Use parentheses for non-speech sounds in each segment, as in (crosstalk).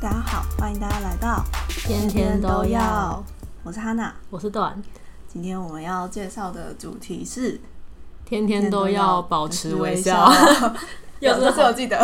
大家好，欢迎大家来到天天都要。我是哈娜，我是段，今天我们要介绍的主题是天天都要保持微笑，。笑 (laughs) 又 (laughs) 有是这次我记 (laughs) 得，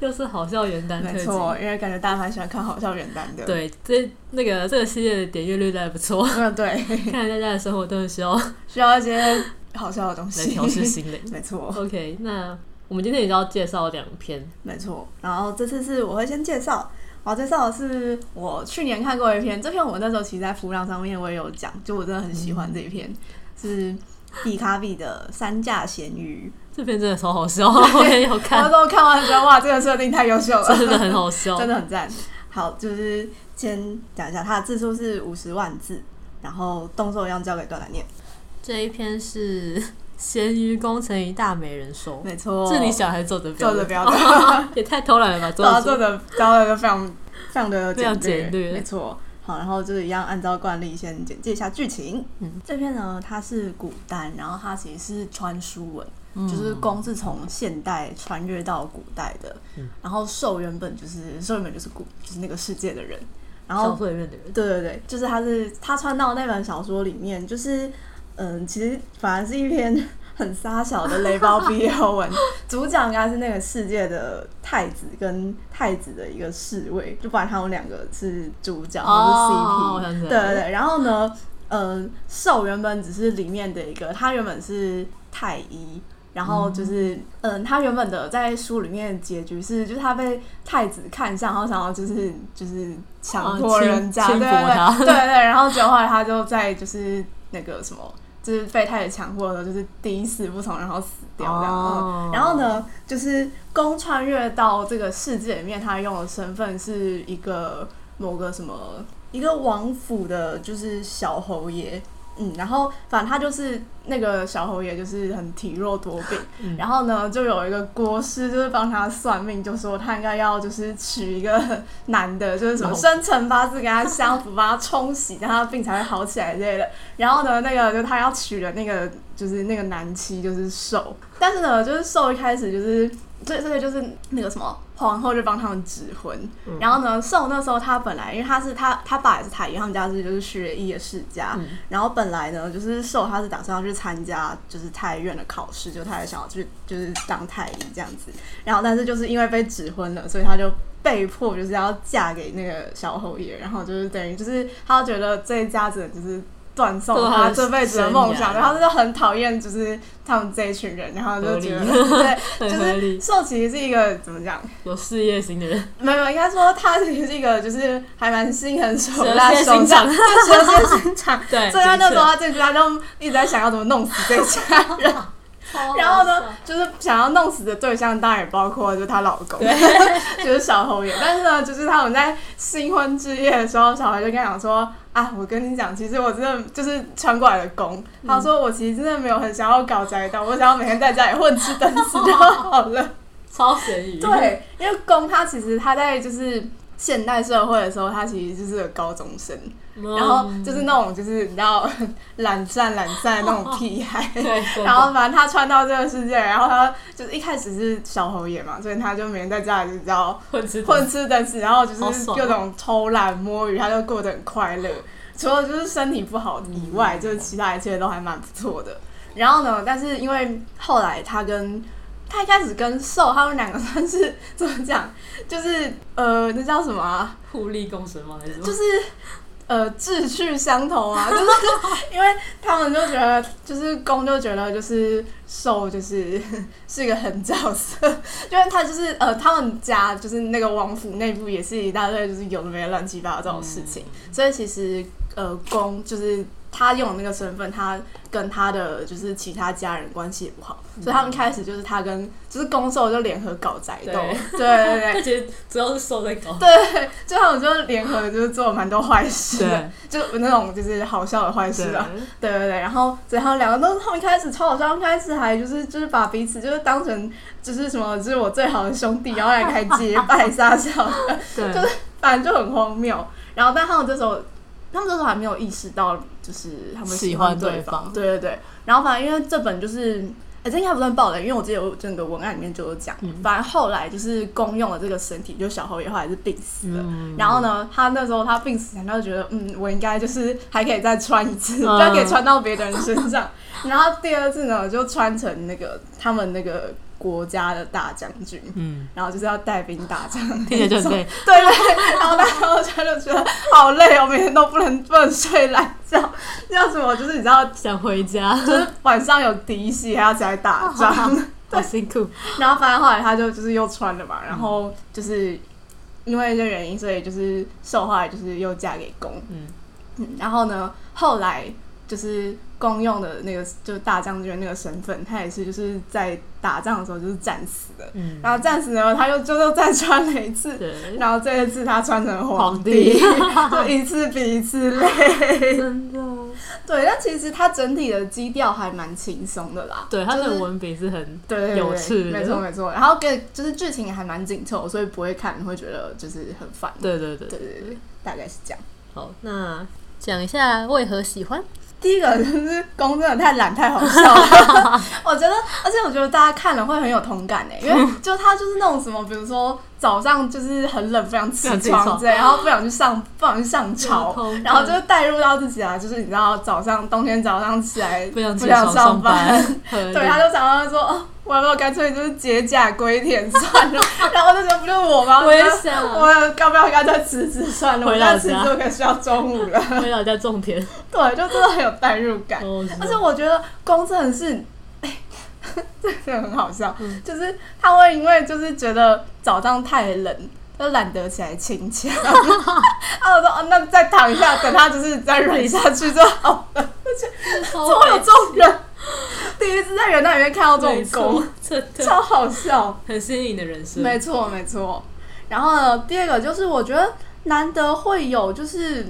又是好笑元旦没特错，辑。因为感觉大家蛮喜欢看好笑人单的。，对，这那个这个系列的点阅率都还不错， (laughs) 嗯，对，看来大家的生活都很需要来需要一些好笑的东西调试心灵。 (laughs) 没错， OK，那我们今天也要介绍两篇，没错。然后这次是我会先介绍，我要介绍的是我去年看过一篇，这篇我那时候其实在浮浪上面我也有讲，就我真的很喜欢这一嗯篇，是毕卡比的《三架咸鱼这篇真的超 (laughs) 好笑，我也有》。我那看，时候看完之后，哇，这个设定太优秀了，真的很好 (laughs) 笑。真的很赞。好，就是先讲一下它的字数是五十万字，然后动作一样交给段来念。这一篇是《咸鱼工程与大美人兽没》，错，是你小孩做的标做的的，标准， (laughs) 也太偷懒了 (laughs) 吧？做然后得出做啊的教的非常非常的非常简简略没错。好，然后就是一样按照惯例先简介一下剧情。嗯，这篇呢它是古代，然后它其实是穿书文，嗯就是弓是从现代穿越到古代的，嗯然后兽原本就是兽原本就是古就是那个世界的人，然后小说里面的人，对对对，就是他是他穿到那本小说里面，就是嗯，其实反而是一篇 (laughs) 很沙小的雷包 BL (laughs) 文，主角应该是那个世界的太子跟太子的一个侍卫，就不然他们两个是主角，然哦后我是 CP，、想起对来了对对，然后呢，嗯，兽原本只是里面的一个，他原本是太医。然后就是，嗯，他原本的在书里面的结局是，就是他被太子看上，然后想要就是就是强迫人家，哦对轻对轻薄他对对对，然后结果后来他就在就是那个什么，就是被太子强迫的时候，就是第一死不从，然后死掉这样。嗯哦然后呢，就是宫穿越到这个世界里面，他用的身份是一个某个什么一个王府的，就是小侯爷。嗯，然后反正他就是那个小侯爷，就是很体弱多病。嗯然后呢，就有一个国师就是帮他算命，就说他应该要就是娶一个男的，就是什么老生辰八字跟他相符，帮他冲洗，让他病才会好起来之类的。然后呢，那个就他要娶的那个就是那个男妻就是寿，但是呢，就是寿一开始就是。这这个就是那个什么皇后就帮他们指婚，嗯然后呢，寿那时候他本来因为他是他他爸也是太医，他们家是就是学医的世家，嗯然后本来呢，就是寿他是打算要去参加就是太医院的考试，就他也想要去就是当太医这样子。然后但是就是因为被指婚了，所以他就被迫就是要嫁给那个小侯爷。然后就是等于就是他觉得这一家子就是断送了他这辈子的梦想，断送他的生涯然后他就很讨厌就是他们这一群人，然后就觉得合理对，(laughs) 很就合是理寿其实是一个怎么讲？有事业心 (laughs) 的人，没有，应该说他其实是一个就是还蛮心狠手辣、蛇蝎心肠手段对蛇蝎心肠。对所以他那时候的他这句他就一直在想要怎么弄死这家人， (laughs) 然后呢，就是想要弄死的对象当然也包括就是她老公， (laughs) 就是小侯爷。但是呢，就是他们在新婚之夜的时候，小孩就跟他讲说：“啊，我跟你讲，其实我真的就是穿过来的工。他说：“我其实真的没有很想要搞宅斗，我想要每天在家里混吃等死就好了。”超咸鱼，，对，因为公他其实他在就是现代社会的时候，他其实就是个高中生，嗯然后就是那种就是你知道懒散懒散的那种屁孩。哦 (laughs) 对，然后反正他穿到这个世界，然后他就是一开始是小侯爷嘛，所以他就每天在家里就知道混吃混吃等死，然后就嗯好是爽哦各种偷懒摸鱼，他就过得很快乐。除了就是身体不好嗯以外，就是其他一切都还蛮不错的。然后呢，但是因为后来他跟他一开始跟瘦他们两个算是 (laughs) 怎么讲，就是呃，那叫什么、啊？互利共生吗？还是什么就是呃志趣相同啊，就是因为他们就觉得，就是公就觉得就是受就是是一个狠角色，因为他就是呃他们家就是那个王府内部也是一大堆就是有的没的乱七八糟的事情，所以其实呃公就是。他用那个身份，他跟他的就是其他家人关系也不好，所以他们开始就是他跟就是公受就联合搞宅斗，对对对但其实主要是瘦在搞，对，就他们就联合就是做了蛮多坏事的，对就那种就是好笑的 (laughs) 坏事啊。对对对，然后所以他们两个都他们一开始超好笑，他们一开始还就是就是把彼此就是当成就是什么就是我最好的兄弟，然后来开结拜撒笑的， (laughs) 对，就是反正就很荒谬。然后但他们这时候。他们这时候还没有意识到，就是他们喜欢欢对对方对对对。然后反正因为这本就是，哎、这应该不算暴雷，因为我记得我整个文案里面就有讲。反正后来就是公用了这个身体，就小侯也后来是病死了。嗯然后呢，他那时候他病死前，他就觉得，嗯，我应该就是还可以再穿一次，嗯就可以穿到别的人身上。然后第二次呢，就穿成那个他们那个国家的大将军， (laughs) 嗯，然后就是要带兵打仗，听起来就很累。 (laughs) 对对，然后那时候他就觉得好累哦，每天都不能不能睡懒觉，要什么就是你知道，想回家，就是晚上有嫡系还要起来打仗， (laughs) 好辛苦。然后反正后来他就就是又穿了嘛，然后就是因为这原因，所以就是受后来就是又嫁给公，嗯嗯，然后呢，后来就是公用的那个就是大将军的那个身份，他也是就是在打仗的时候就是战死的，嗯，然后战死呢，他又就又再穿了一次，对，然后这一次他穿成皇皇帝， (laughs) 帝就一次比一次累。真的， (laughs) 对，但其实他整体的基调还蛮轻松的啦。对，他就的是文笔是很对对对有趣的没错没错。然后跟就是剧情也还蛮紧凑，所以不会看会觉得就是很烦。对对对对对对，大概是这样。好，那讲一下为何喜欢？第一个就是公真的太懒太好笑了，我觉得，而且我觉得大家看了会很有同感诶，因为就他就是那种什么，比如说早上就是很冷，不想起不想起床床之类，然后不想去上，不想去上有朝同，感然后就带入到自己啊，就是你知道早上冬天早上起来不想起想床上班， (laughs) 对，他对，就常常说哦，我要不要干脆就是解甲归田算 (laughs) 了？然后那时候不就是我吗？我也就想我要不要干脆辞职算了？我回现老在辞职家我可能需要中午了。 (laughs) 回老家种田，对，就真的很有代入感。哦而且我觉得公正是， (laughs) 哎、这个很好笑，嗯就是他会因为就是觉得早上太冷，就懒得起来清洁。然后我说哦，那再躺一下，等他就是再忍下去就好了。怎么会有这种人？第一次在人那里面看到这种狗，，真的超好笑。很新颖的人生。没错，没错。然后呢，第二个就是我觉得难得会有就是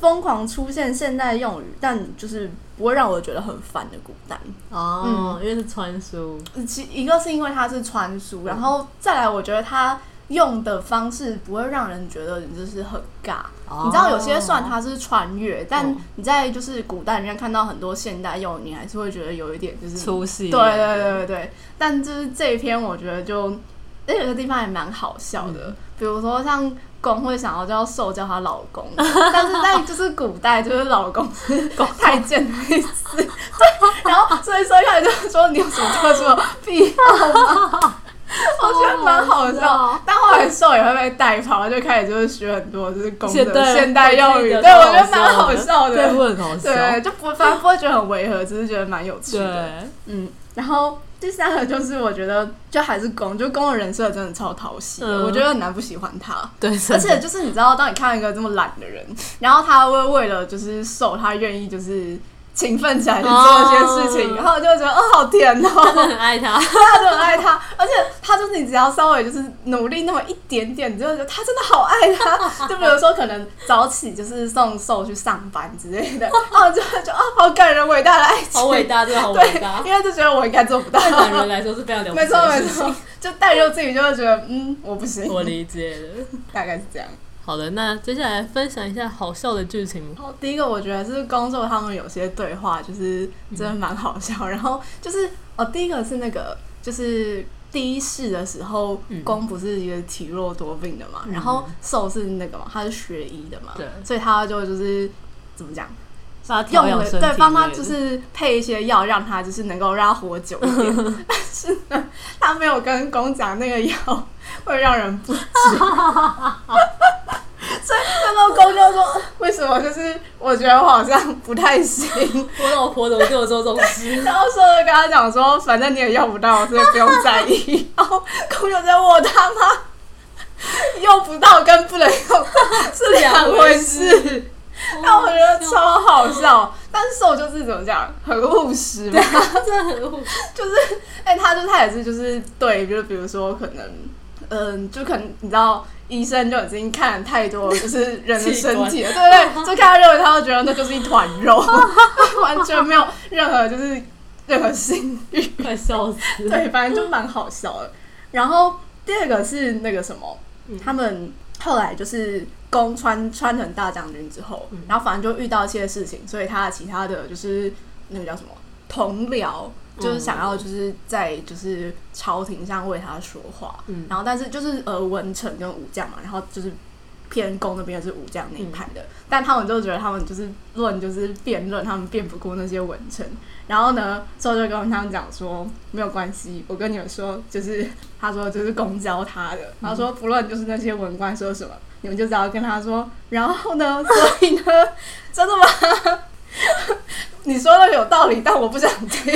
疯狂出现现代用语，但就是不会让我觉得很烦的孤单。哦，嗯因为是穿书，其一个是因为它是穿书，然后再来我觉得它用的方式不会让人觉得你就是很尬。哦你知道有些算它是穿越，但嗯你在就是古代里面看到很多现代用语，你还是会觉得有一点就是出戏，对对对对对，但就是这一篇，我觉得就那有个地方也蛮好笑的，比如说像公会想要叫受叫她老 (laughs) 公，但是在就是古代就是老 (laughs) 公是太监的意思，对，然后所以说一开始就说你有什么特殊的癖好 (laughs) 吗？哦我觉得蛮好好好笑笑，但后来兽也会被带跑，就开始就是学很多就是公现的代现代用语，对我记得我觉得超蛮好好笑的，对，会很好笑，对，就不反正不会觉得很违和，只是觉得蛮有趣的。对，嗯，然后第三个就是我觉得就还是公，就公的人设真的超讨喜的，嗯我觉得很难不喜欢他。对，而真的且就是你知道，当你看到一个这么懒的人，然后他会为了就是瘦，他愿意就是勤奋起来去做一些事情，哦然后我就会觉得哦，好甜哦。很爱他，大家都很爱他，而且他就是你只要稍微就是努力那么一点点，你就会觉得他真的好爱 (laughs) 他。就比如说可能早起就是送瘦去上班之类的，然后就会觉得啊、好感人，伟大的爱情，好伟大，真的好伟大对，。因为就觉得我应该做不到。对男人来说是非常了不没起错的没事情，错，就代入自己就会觉得，嗯，我不行，我理解了。大概是这样。好的，那接下来分享一下好笑的剧情。然后第一个我觉得是工作他们有些对话就是真的蛮好笑，然后就是哦，第一个是那个就是第一世的时候，嗯公不是一个体弱多病的嘛，嗯然后寿是那个嘛，他是学医的嘛，对所以他就就是怎么讲，帮他调用养了身体之类的，对，帮他就是配一些药，让他就是能够让他活久一点。 (laughs) 但是呢，他没有跟公讲那个药会让人 (laughs) 不治，所以那时候公就说：“为什么？就是我觉得我好像不太 (laughs) 行。我老婆怎么对我做这种” (laughs) 事？然后说就跟他讲说：“反正你也用不到，所以不用在 (laughs) 意。”然后公就在我他妈用不到跟不能用 (laughs) 到是两回事。但哦我觉得超好笑，但是瘦就是怎么讲，很务实嘛， (laughs) 真的很无就是哎、他就他也是就是对，就是比如说可能，嗯，就可能你知道。医生就已经看了太多，就是人的身体 (laughs) 了，对不对？就看他认为他就觉得那就是一团 (laughs) 肉，完全没有任何就是任何性欲。快笑死了。对，反正就蛮好笑的。然后第二个是那个什么，嗯他们后来就是公穿穿成大将军之后，然后反正就遇到一些事情，所以他的其他的就是那个叫什么同僚，就是想要就是在就是朝廷上为他说话，嗯然后但是就是呃文臣跟武将嘛，然后就是偏宫那边是武将那一派的，但他们就觉得他们就是论就是辩论，他们辩不过那些文臣。然后呢，之后就跟他们讲说没有关系，我跟你们说，就是他说就是公教他的，他说不论就是那些文官说什么，你们就只要跟他说，然后呢，所以呢，真的吗？ (laughs) 你说的有道理，但我不想听。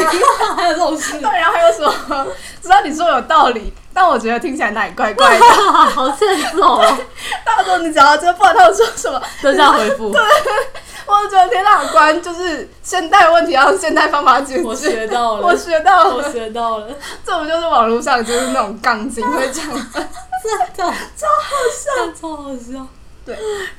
还有这种事对，，然后他又说， (laughs) 知道你说有道理，但我觉得听起来哪里怪怪的。 (laughs) 好欠揍哦！到时候你讲到这，不管他们说什么， (laughs) 就这样回 (laughs) 复，我就觉得天大官就是现代问题要用现代方法解决。我学到 (laughs) 我了，学到我了，学到了，这种就是网络上就是那种杠精 (laughs) 会讲。真的但超好笑。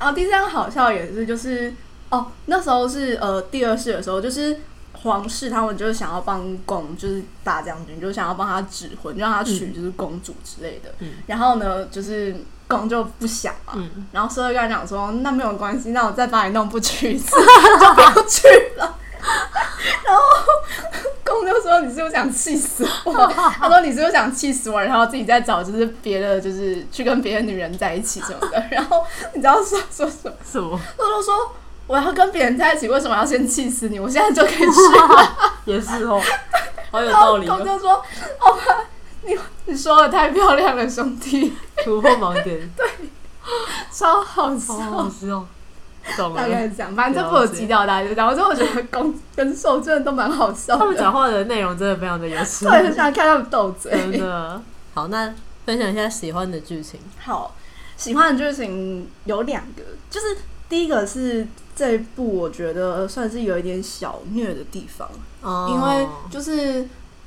然后第三个好笑也是就是哦，那时候是呃第二世的时候，就是皇室他们就是想要帮公，就是大将军，就是想要帮他指婚，就让他娶就是公主之类的。嗯然后呢，就是公就不想嘛，嗯，然后所以跟他讲说，那没有关系，那我再把你弄不去一 (laughs) 次，就不要去了。 (laughs) 然后公就说：“你是不是想气死我？”他说：“你是不是想气死我？”然后自己再找就是别的，就是去跟别的女人在一起什么的。 (laughs) 然后你知道说说什么？什 (laughs) 么他就说：“我要跟别人在一起，为什么要先气死你？我现在就可以去。也是哦，好” (laughs) 有然后道理公哦，就说：“哦，你你说的太漂亮了，兄弟，突破盲 (laughs) 点，超好笑。好哦好笑，懂大概了。是这样，反正这部有基调，大家就这样。我就我觉得攻跟受真的都蛮好笑他们的，讲话的内容真的非常的有趣对，，很想看他们斗真嘴。的。好，那分享一下喜欢的剧情，好，喜欢的剧情有两个，就是第一个是这一部，我觉得算是有一点小虐的地方，哦因为就是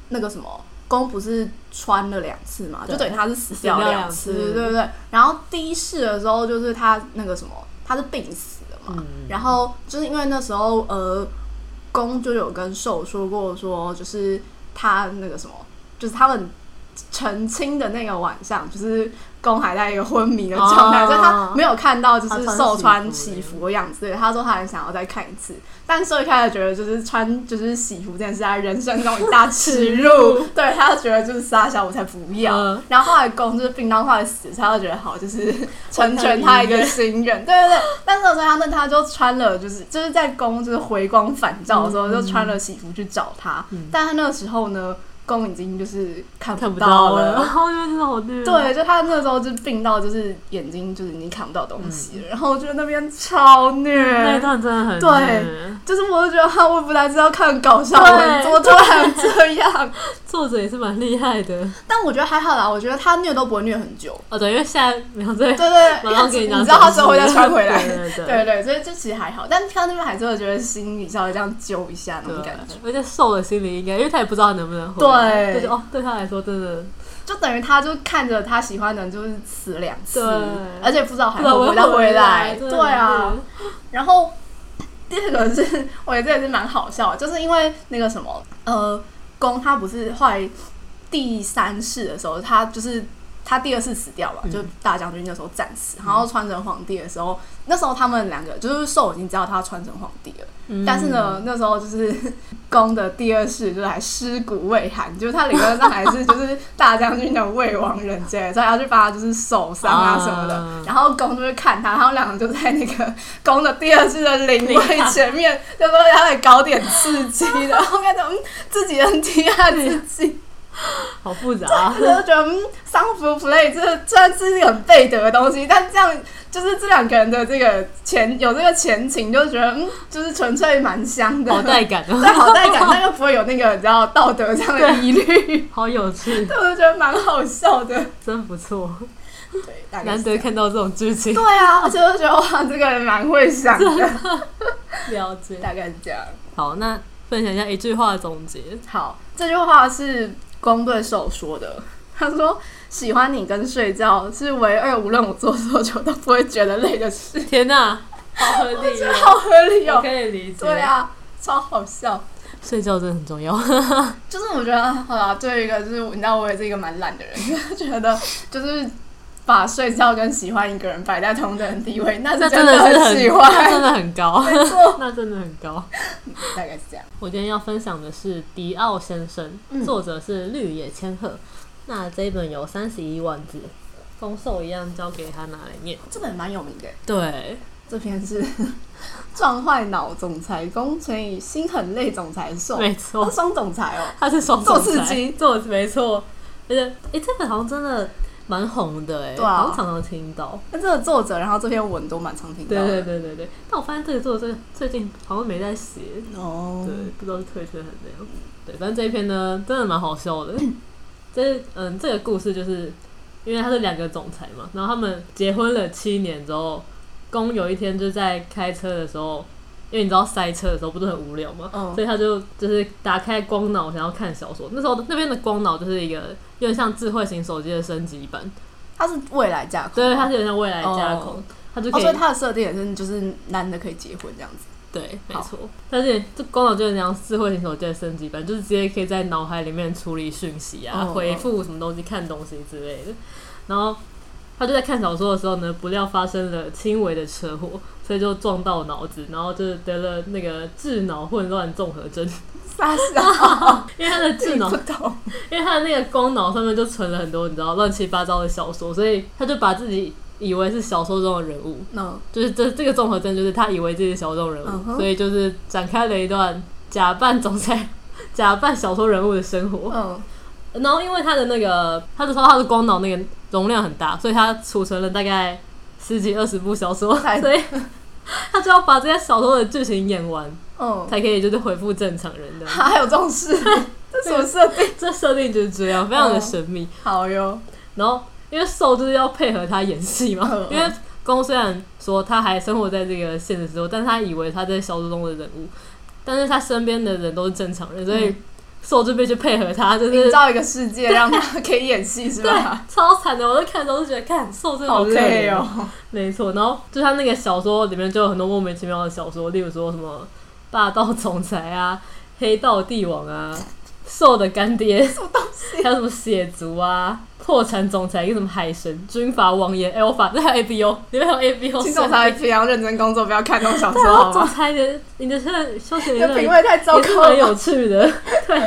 那个什么。公不是穿了两次嘛，对就等于他是死掉死掉两两次次，对不对？然后第一世的时候，就是他那个什么，他是病死的嘛，嗯，然后就是因为那时候呃，公就有跟寿说过说，就是他那个什么，就是他们成亲的那个晚上，就是公还在一个昏迷的状态，哦所以他没有看到就他是穿寿西穿服喜服的样子。对他说他很想要再看一次，但寿一开始觉得就是穿就是喜服这件事，他人生中一大耻辱。对，他就觉得就是撒小我才不要。嗯然后后来公就是病到快死，他就觉得好，就是成全他一个心愿，对对对。但是我说他那他就穿了，就是就是在公就是回光返照的时候，就穿了喜服去找他。嗯但他那个时候呢，公已经就是看看不到到了，然。后就真的好虐，，对，就他那时候就病到就是眼睛就是已经看不到东西了，然后我觉得那边超嗯那一虐，段真的很对虐。就是我就觉得哈，我本来是要看搞笑文，对怎么突然这样？ (laughs) 作者也是蛮厉害的但我觉得还好啦，我觉得他虐都不会虐很久，哦，对，因为下一秒对，对 (laughs) 对，马上给你拿手机，知道他之后会再穿回来，对对对对对，所以这其实还好，但看到那边还是会觉得心里稍微这样揪一下那对种感觉。而且瘦的心里应该，因为他也不知道能不能回来，对就是哦，对他来说真的就等于他就看着他喜欢的人就是死两次对，而且不知道还不知道会会不不会再回会回来。来对对啊对，然后第二个是， (laughs) 我觉得这也是蛮好笑的，就是因为那个什么，呃，公他不是后来第三世的时候，他就是。他第二次死掉嘛，嗯就大将军那时候战死，然后穿成皇帝的时候，那时候他们两个就是寿已经知道他穿成皇帝了，嗯但是呢，那时候就是公的第二世就是还尸骨未寒，就是他理论上还是就是大将军的未亡人之类的，所以要去帮他就是守丧啊什么的。 (laughs) 啊然后公就会看他，然后两个就在那个公的第二世的灵位前 (laughs) 面，就说要来搞点刺激的，然后看着嗯自己人踢下自己，好复杂啊我，就觉得嗯丧服 play 这虽然是一个很背德的东西，但这样。就是这两个人的这个前有这个前情，就觉得嗯，就是纯粹蛮香的，好带感 (laughs) 哦，对好带感，但又不会有那个你知道道德上的疑虑， (laughs) 好有趣，对，我就觉得蛮好笑的。真不错，对，大概难是得这样看到这种剧情，对啊，而且我就觉得哇，这个人蛮会想 (laughs) 的，了解。大概是这样。好，那分享一下一句话总结，好，这句话是公对手说的。他说：“喜欢你跟睡觉是唯二，无论我做多久都不会觉得累的事，天哪，好合理哦，好合理 (laughs) 我哦。可以理”解，对，啊，超好笑。睡觉真的很重要， (laughs) 就是我觉得，好啦，对于一个就是你知道，我也是一个蛮懒的人，觉得就是把睡觉跟喜欢一个人摆在同等地位，那 (laughs) 是那真的的是很，喜那真欢，的很高， (laughs) (laughs) 没错，那真的很高。大概是这样。我今天要分享的是《迪奥先生》，嗯作者是绿野千鹤。那这一本有三十一万字，公售一样交给他拿来念。这本蛮有名的，对，这篇是撞坏脑总裁攻乘以心很累总裁受，没他错是，双总裁哦，他是双做总裁刺激做没错。而且，哎、这本好像真的蛮红的哎、对啊好像常常听到。那这个作者，然后这篇文都蛮常听到对的，对对对对，但我发现这个作者最最近好像没在写，哦，对，不知道是退圈还是怎样。对，但这一篇呢，真的蛮好笑 (coughs) 的。这嗯，这个故事就是因为他是两个总裁嘛，然后他们结婚了七年之后，公有一天就在开车的时候，因为你知道塞车的时候不是很无聊嘛，嗯所以他就就是打开光脑想要看小说。那时候那边的光脑就是一个有点像智慧型手机的升级版，他是未来架空，对，它是有点像未来架空，哦它就可哦，以、所以他的设定也是就是男的可以结婚这样子，对，没好错。但是这光脑就是那样智慧型手机的升级版，就是直接可以在脑海里面处理讯息啊、哦回复什么东西、看东西之类的。然后他就在看小说的时候呢，不料发生了轻微的车祸，所以就撞到脑子，然后就是得了那个智脑混乱综合症， (laughs) 傻笑，因为他的智啊听脑不懂，因为他的那个光脑上面就存了很多你知道乱七八糟的小说，所以他就把自己以为是小说中的人物，嗯，就是这这个综合症，就是他以为自己是小众人物嗯哼所以就是展开了一段假扮总裁、假扮小说人物的生活。嗯，呃然后因为他的那个，他就说他的光脑那个容量很大，所以他储存了大概十几二十部小说， (laughs) 太所以他就要把这些小说的剧情演完，嗯，才可以就是恢复正常人的。 (laughs) 还有这种事， (laughs) 这什么设定？这设定就是这样，非常的哦神秘。 (laughs) 好哟，然后因为瘦就是要配合他演戏嘛，嗯嗯因为公虽然说他还生活在这个现实之中，但是他以为他在小说中的人物，但是他身边的人都是正常人，所嗯以瘦就必须配合他，就营是。造一个世界让他可以演戏是对吧？，超惨的！我在看的时候就觉得，看瘦真的好可累怜哦。，没错，然后就他那个小说里面就有很多莫名其妙的小说，例如说什么霸道总裁啊、 (laughs) 黑道帝王啊、瘦的干爹，什么东西？还有什么血族啊、破产总裁跟什么海神、军阀王爷、Alpha，这还有 ABO，里面还有 ABO 听设众定。才平常认真工作，不要看那种小对说啊，好总吗？裁的你的休闲你娱的乐品味太糟也是糕蛮有了。趣的， (laughs) 对。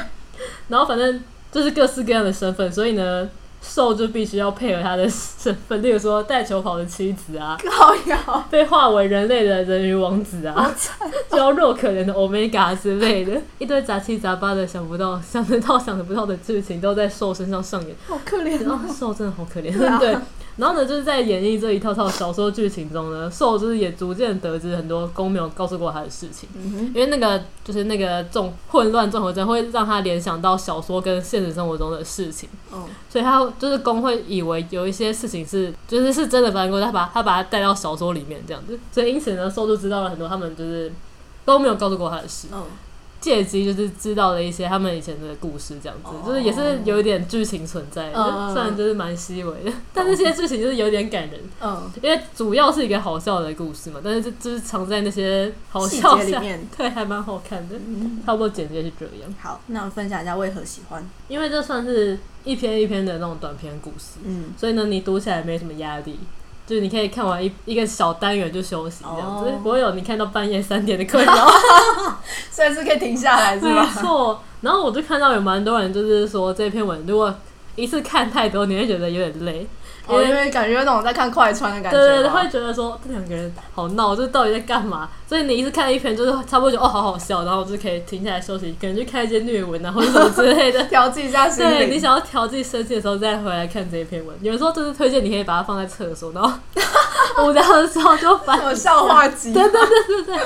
然后反正就是各式各样的身份，所以呢，瘦就必须要配合他的身份，例如说带球跑的妻子啊，好呀，被化为人类的人鱼王子啊， (laughs) 娇弱可怜的 Omega 之类的，一堆杂七杂八的想不到、想得到、想得不到的剧情都在兽身上上演。好可怜然哦。后兽真的好可怜，对啊对。然后呢，就是在演绎这一套套小说剧情中呢，兽就是也逐渐得知很多公没有告诉过他的事情。嗯因为那个就是那个综混乱综合症会让他联想到小说跟现实生活中的事情，哼，哦，所以他就是公会以为有一些事情是就是是真的发生过，他把他把它带到小说里面这样子，所以因此呢，兽就知道了很多他们就是都没有告诉过他的事，嗯，借机就是知道了一些他们以前的故事这样子，哦就是也是有一点剧情存在嗯的，虽然就是蛮稀微的，但这些剧情就是有点感人，嗯，因为主要是一个好笑的故事嘛，但是这就是藏在那些好细笑节里下，面。对，还蛮好看的。嗯，差不多简介是这样，好，那我分享一下为何喜欢。因为这算是一篇一篇的那种短篇故事，嗯，所以呢，你读起来没什么压力，就是你可以看完一一个小单元就休息，这样子、哦不会有你看到半夜三点的困扰，所以是可以停下 (laughs) 来是没吧？错。然后我就看到有蛮多人就是说这篇文如果一次看太多，你会觉得有点累，因哦，为因为感觉有种在看快穿的感觉对嘛。对对，会觉得说这两个人好闹，这到底在干嘛？所以你一次看一篇就是差不多就哦好好笑，然后就可以停下来休息，可能去看一些虐文啊或者什么之类 (laughs) 的。调剂一下心对你灵。想要调剂生气的时候再回来看这一篇文，有时候就是推荐你可以把它放在厕所，然后 (laughs) 无聊的时候就翻什，么笑话集？对对对对对，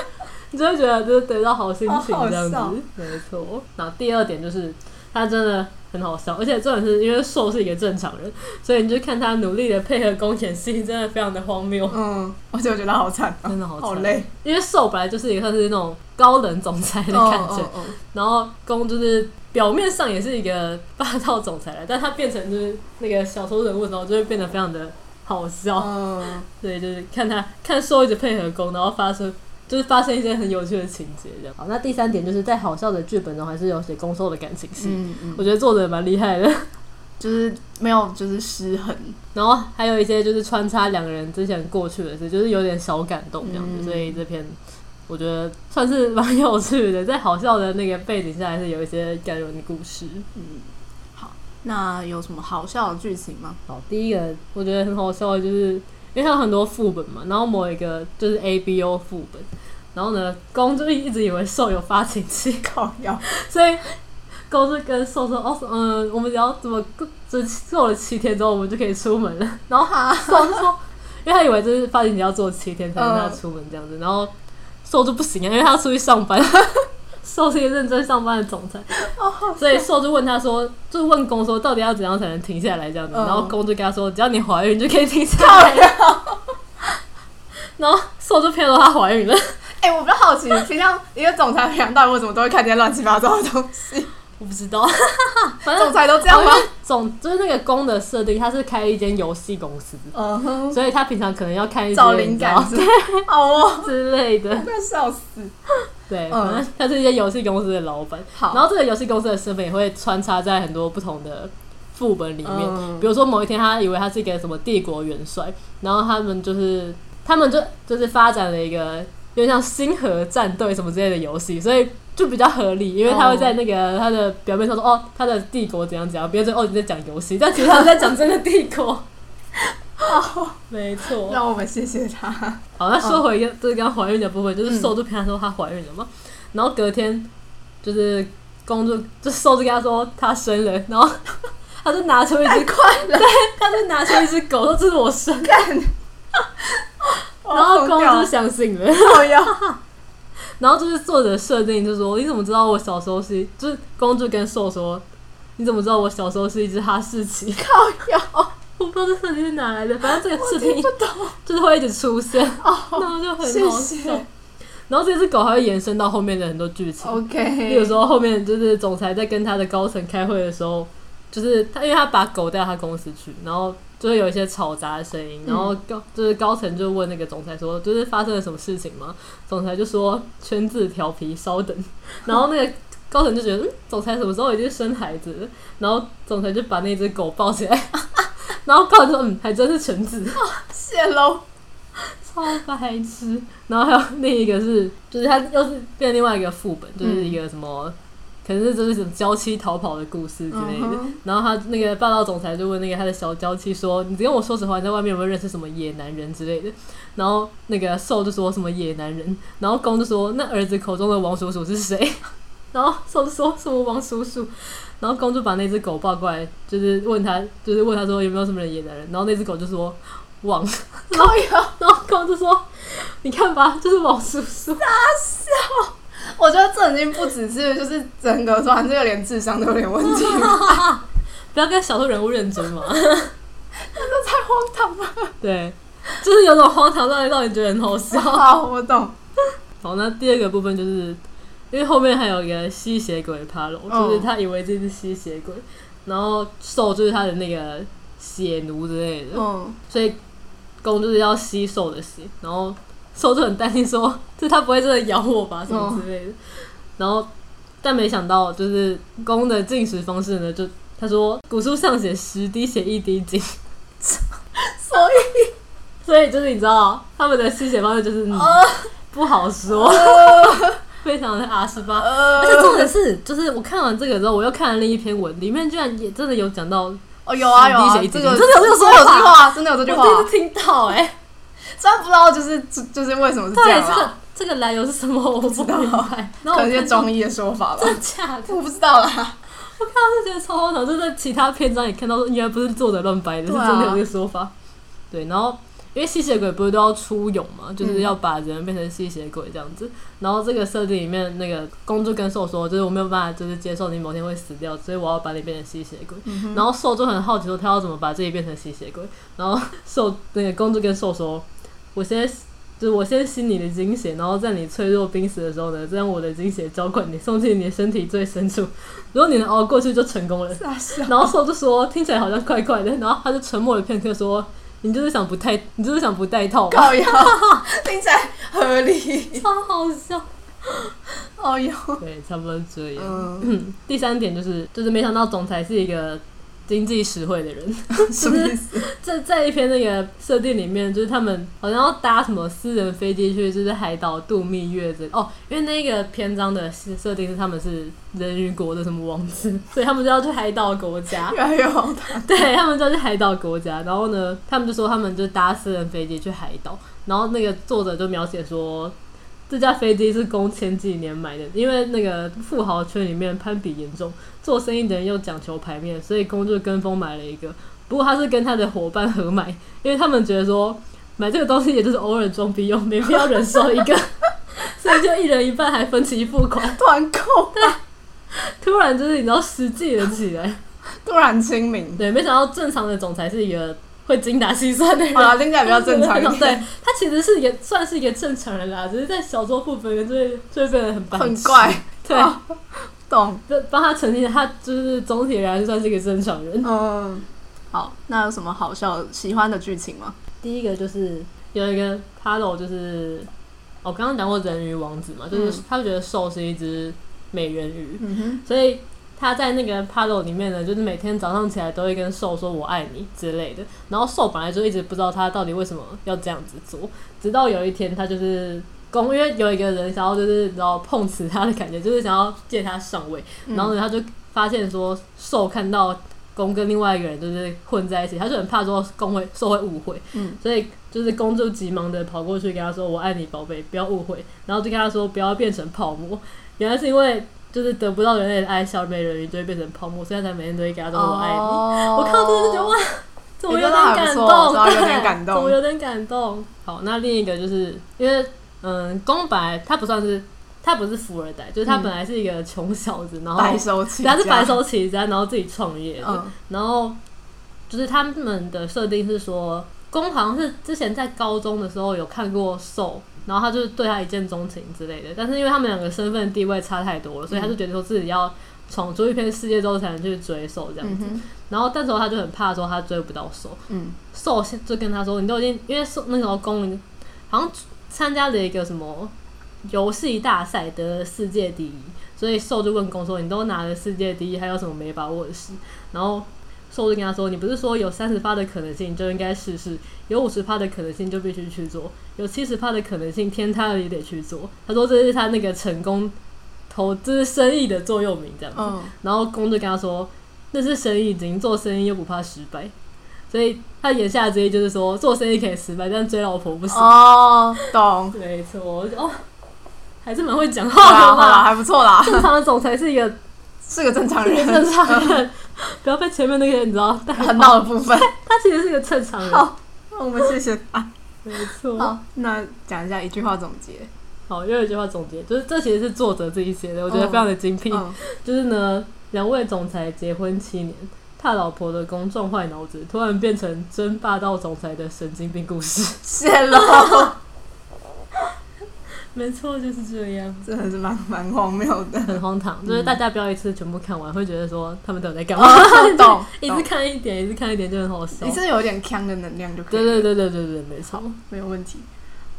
你就会觉得就是得到好心情好好这样子笑，没错。然后第二点就是他真的很好笑，而且重点是因为瘦是一个正常人，所以你就看他努力的配合公演戏，真的非常的荒谬，嗯，而且我觉得好惨哦，真的好好惨。累。因为瘦本来就是一个算是那种高冷总裁的感觉，嗯嗯然后公就是表面上也是一个霸道总裁来，但他变成就是那个小说人物的时候，就会变得非常的好笑。嗯嗯对，就是看他看兽一直配合公，然后发生就是发生一些很有趣的情节这样。好，那第三点就是在好笑的剧本中，还是有写公兽的感情戏，嗯嗯我觉得作者蛮厉害的。 (laughs) 就是没有就是失衡，然后还有一些就是穿插两个人之前过去的事，就是有点小感动这样子，嗯所以这篇我觉得算是蛮有趣的，在好笑的那个背景下，还是有一些感人的故事。那有什么好笑的剧情 (laughs) 吗？好，第一个我觉得很好笑的就是，因为它有很多副本嘛，然后某一个就是 A B O 副本，然后呢，公就一直以为兽有发情期，靠腰，所以公就跟兽说：“哦，嗯，我们只要怎么只过了七天之后，我们就可以出 (laughs) 门了。”然后哈，兽就说，因为他以为就是发情期要做七天才能让他出门这样嗯子，然后兽就不行啊，因为他要出去上班。 (laughs) 兽是一个认真上班的总裁，哦，好所以兽就问他说，就是问公说，到底要怎样才能停下来这样子？嗯然后公就跟他说，只要你怀孕就可以停下来。 (laughs) 然后兽就骗到她怀孕了，哎、我比较好奇，平常一个总裁平常到底为什么都会看这些乱七八糟的东西？我不知道，反正总裁都这样吗嗯好？像哦总就是那个公的设定，他是开一间游戏公司，嗯哼，所以他平常可能要看一些找灵感你是知不是好哦，道 (laughs) 之类我的。快笑死。对，嗯反正他是一间游戏公司的老板，好，然后这个游戏公司的身份也会穿插在很多不同的副本里面。嗯比如说某一天，他以为他是一个什么帝国元帅，然后他们就是他们就就是发展了一个有点像星河战队什么之类的游戏，所以就比较合理，因为他会在那个他的表面上说哦，他的帝国怎样怎样，别人就哦你在讲游戏，但其实他是在讲真的帝国。 (laughs) 没错。哦让我们谢谢他。好，那说回一个就是刚刚怀孕的部分，就是瘦就骗她说她怀孕了嘛，然后隔天就是公主就瘦就跟她说她生了，然后 (laughs) 她就拿出一只，快了，她就拿出一只狗说这是我 (laughs) 生，干！哦然后公公主主相信了， (laughs) 靠腰，然后就是作者设定就说你怎么知道我小时候是一，就是公主跟瘦说你怎么知道我小时候是一只哈士 (laughs) 奇？(laughs) 靠腰，我不知道这设定是哪来的，反正这个设定听不懂就是会一直出现， (laughs) 哦。然后就很谢好谢哦笑。然后这只狗还会延伸到后面的很多剧情。 OK， (laughs) 例如说，后面就是总裁在跟他的高层开会的时候，就是他，因为他把狗带到他公司去，然后就会有一些吵杂的声音，然后高就是高层就问那个总裁说，就是发生了什么事情吗？总裁就说嗯圈字调皮，稍等。然后那个高层就觉得，嗯，总裁什么时候已经生孩子了？然后总裁就把那只狗抱起来， (laughs) 然后高层说，嗯，还真是犬子。谢喽。超白痴。然后还有另一个是，就是他又是变另外一个副本，就是嗯一个什么，可能是就是什么娇妻逃跑的故事之类的。嗯哼然后他那个霸道总裁就问那个他的小娇妻说：“你跟我说实话，你在外面有没有认识什么野男人之类的？”然后那个兽就说什么野男人，然后公就说：“那儿子口中的王叔叔是谁？” (laughs) 然后兽就说什么王叔叔。然后公就把那只狗抱过来，就是问他，就是问他说有没有什么野男人。然后那只狗就说王，靠腰， (laughs) 然后公就说：“你看吧，就是王叔叔。 (laughs) 我觉得这已经不只是就是整个说，这个连智商都有点问题，这” (laughs) 不要跟小说人物认真嘛。 (laughs) 太荒唐了。对，就是有种荒唐到底让你觉得很好笑。好，我懂。好，那第二个部分就是，因为后面还有一个吸血鬼爬楼，就是嗯他以为这是吸血鬼，然后兽就是他的那个血奴之类的，嗯，所以公就是要吸兽的血，然后兽就很担心说，这他不会真的咬我吧什么之哦类的，然后但没想到就是公的进食方式呢，就他说古书上写十滴血一滴精， (laughs) 所以 (laughs) 所以就是你知道他们的吸血方式就是、嗯呃不好说， (laughs) 非常的阿十八。呃而且重点是，就是我看完这个之后，我又看了另一篇文，里面居然也真的有讲到，我哦，有啊有啊，史密这斯个真的有这个说法真的有这句话，真的有这第句一话。次听到哎、虽然不知道就是就就是为 (laughs) 什么是这对样这个啊，这个来由是什么，我不明白。然可后我能一些看到中医的说法吧，真的 (laughs) 假的，我不知道啦。我看到是觉得超荒唐，就在其他篇章也看到说，原来不是作者乱掰的，是对啊真的有这个说法。对，然后因为吸血鬼不是都要出勇嘛，嗯就是要把人变成吸血鬼这样子。然后这个设定里面，那个公主跟兽说，就是我没有办法，就是接受你某天会死掉，所以我要把你变成吸血鬼。然后兽就很好奇说，他要怎么把自己变成吸血鬼？然后 (laughs) 兽那个公主跟兽说，我先就是我先吸你的精血，然后在你脆弱濒死的时候呢，再用我的精血浇灌你，送进你的身体最深处。如果你能熬过去，就成功了。 (laughs) 傻笑，然后兽就说听起来好像怪怪的，然后他就沉默了片刻说。你就是想不戴，你就是想不戴套吧？靠腰， (laughs) 听起来合理。超好笑。哦哟，对，差不多是这样。嗯，嗯，第三点就是，就是没想到总裁是一个经济实惠的人。什么意思？在在一篇那个设定里面，就是他们好像要搭什么私人飞机去，就是海岛度蜜月之类哦。因为那个篇章的设定是他们是人鱼国的什么王子，所以他们就要去海岛国家。越来越荒唐。 (laughs) 对他们就要去海岛国家，然后呢，他们就说他们就搭私人飞机去海岛，然后那个作者就描写说，这架飞机是供前几年买的，因为那个富豪圈里面攀比严重，做生意的人又讲求牌面，所以公就跟风买了一个，不过他是跟他的伙伴合买，因为他们觉得说买这个东西也就是偶尔装逼用，没必要忍受一个， (laughs) 所以就一人一半还分期付款， (laughs) 团购突然就是你知道实际了起来。突然清明，对，没想到正常的总裁是一个会精打细算的 (laughs) 人。好啦，听起来比较正常一 (laughs) 对点，，他其实是一个算是一个正常人啦，只是在小说部分就会就会变得很白痴 (laughs) 很。怪， (laughs) 对，哦懂？就帮他澄清，他就是总体来说算是一个正常人。嗯，好，那有什么好笑、喜欢的剧情吗？ (laughs) 第一个就是有一个 Taro，就是我刚刚讲过人鱼王子嘛，就是嗯他觉得兽是一只美人鱼，嗯哼，所以他在那个 Palo 里面呢，就是每天早上起来都会跟兽说“我爱你”之类的。然后兽本来就一直不知道他到底为什么要这样子做，直到有一天他就是公，因为有一个人想要就是然后碰瓷他的感觉，就是想要借他上位。嗯然后呢，他就发现说兽看到公跟另外一个人就是混在一起，他就很怕说公会兽会误会，嗯所以就是公就急忙的跑过去跟他说：“我爱你，宝贝，不要误会。”然后就跟他说：“不要变成泡沫。”原来是因为就是得不到人类的爱，小美人鱼就会变成泡沫，所以他才每天都会跟他说“我爱你”哦我看到这个就觉得哇，怎么欸有真的点还感不动错，真的有点对感动怎么有点感动。好，那另一个就是因为嗯，公白他不算是他不是富二代，就是他嗯本来是一个穷小子，然后白手起家，他是白手起家，然后自己创业的，嗯然后就是他们的设定是说，公好像是之前在高中的时候有看过兽，然后他就是对他一见钟情之类的。但是因为他们两个身份地位差太多了，所以他就嗯觉得说自己要闯出一片世界之后才能去追兽这样嗯子。哼，然后但时候他就很怕说他追不到兽，嗯兽先就跟他说，你都已经因为兽那时候公好像参加了一个什么游戏大赛得了世界第一，所以兽就问公说，你都拿了世界第一，还有什么没把握的事？然后兽就跟他说，你不是说有三十趴的可能性就应该试试，有五十趴的可能性就必须去做，有七十趴的可能性天塌了也得去做。他说这是他那个成功投资生意的座右铭，这样子。嗯，然后公就跟他说：“那是生意，经做生意又不怕失败。”所以他言下之意就是说，做生意可以失败，但追老婆不行。哦，懂，没错，我就哦，还是蛮会讲 (laughs) 好话啦的好啊啦，嘛。还不错啦，正常的总裁是 (laughs) 一个是个 (laughs) 正常是一个人，正常人，不要被前面那个你知道带跑很闹的部分。他其实是一个正常人。 (laughs) 好那我们谢谢啊。没错，好，那讲一下一句话总结。好，又有一句话总结，就是这其实是作者自己写的，我觉得嗯非常的精辟。嗯，就是呢，两位总裁结婚七年，怕老婆的公撞坏脑子，突然变成真霸道总裁的神经病故事。谢喽，没错，就是这样， (laughs) 真的是蛮蛮荒谬的。很荒唐。就是大家不要一次全部看完，会觉得说他们到底在干 (laughs) 嘛。哦，懂，一直懂看一点，一直看一点就很好笑你。是有点强的能量就可以对了，对对对对对，没错。没有问题。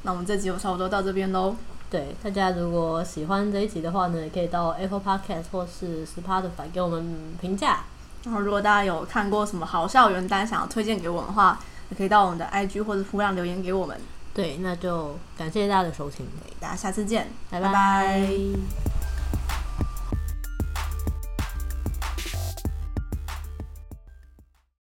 那我们这集就差不多到这边喽。对大家如果喜欢这一集的话呢，也可以到 Apple Podcast 或是 Spotify 给我们评价。然后，如果大家有看过什么好校园单想要推荐给我们的话，也可以到我们的 IG 或者普浪留言给我们。对，那就感谢大家的收听，大家下次见，拜拜拜拜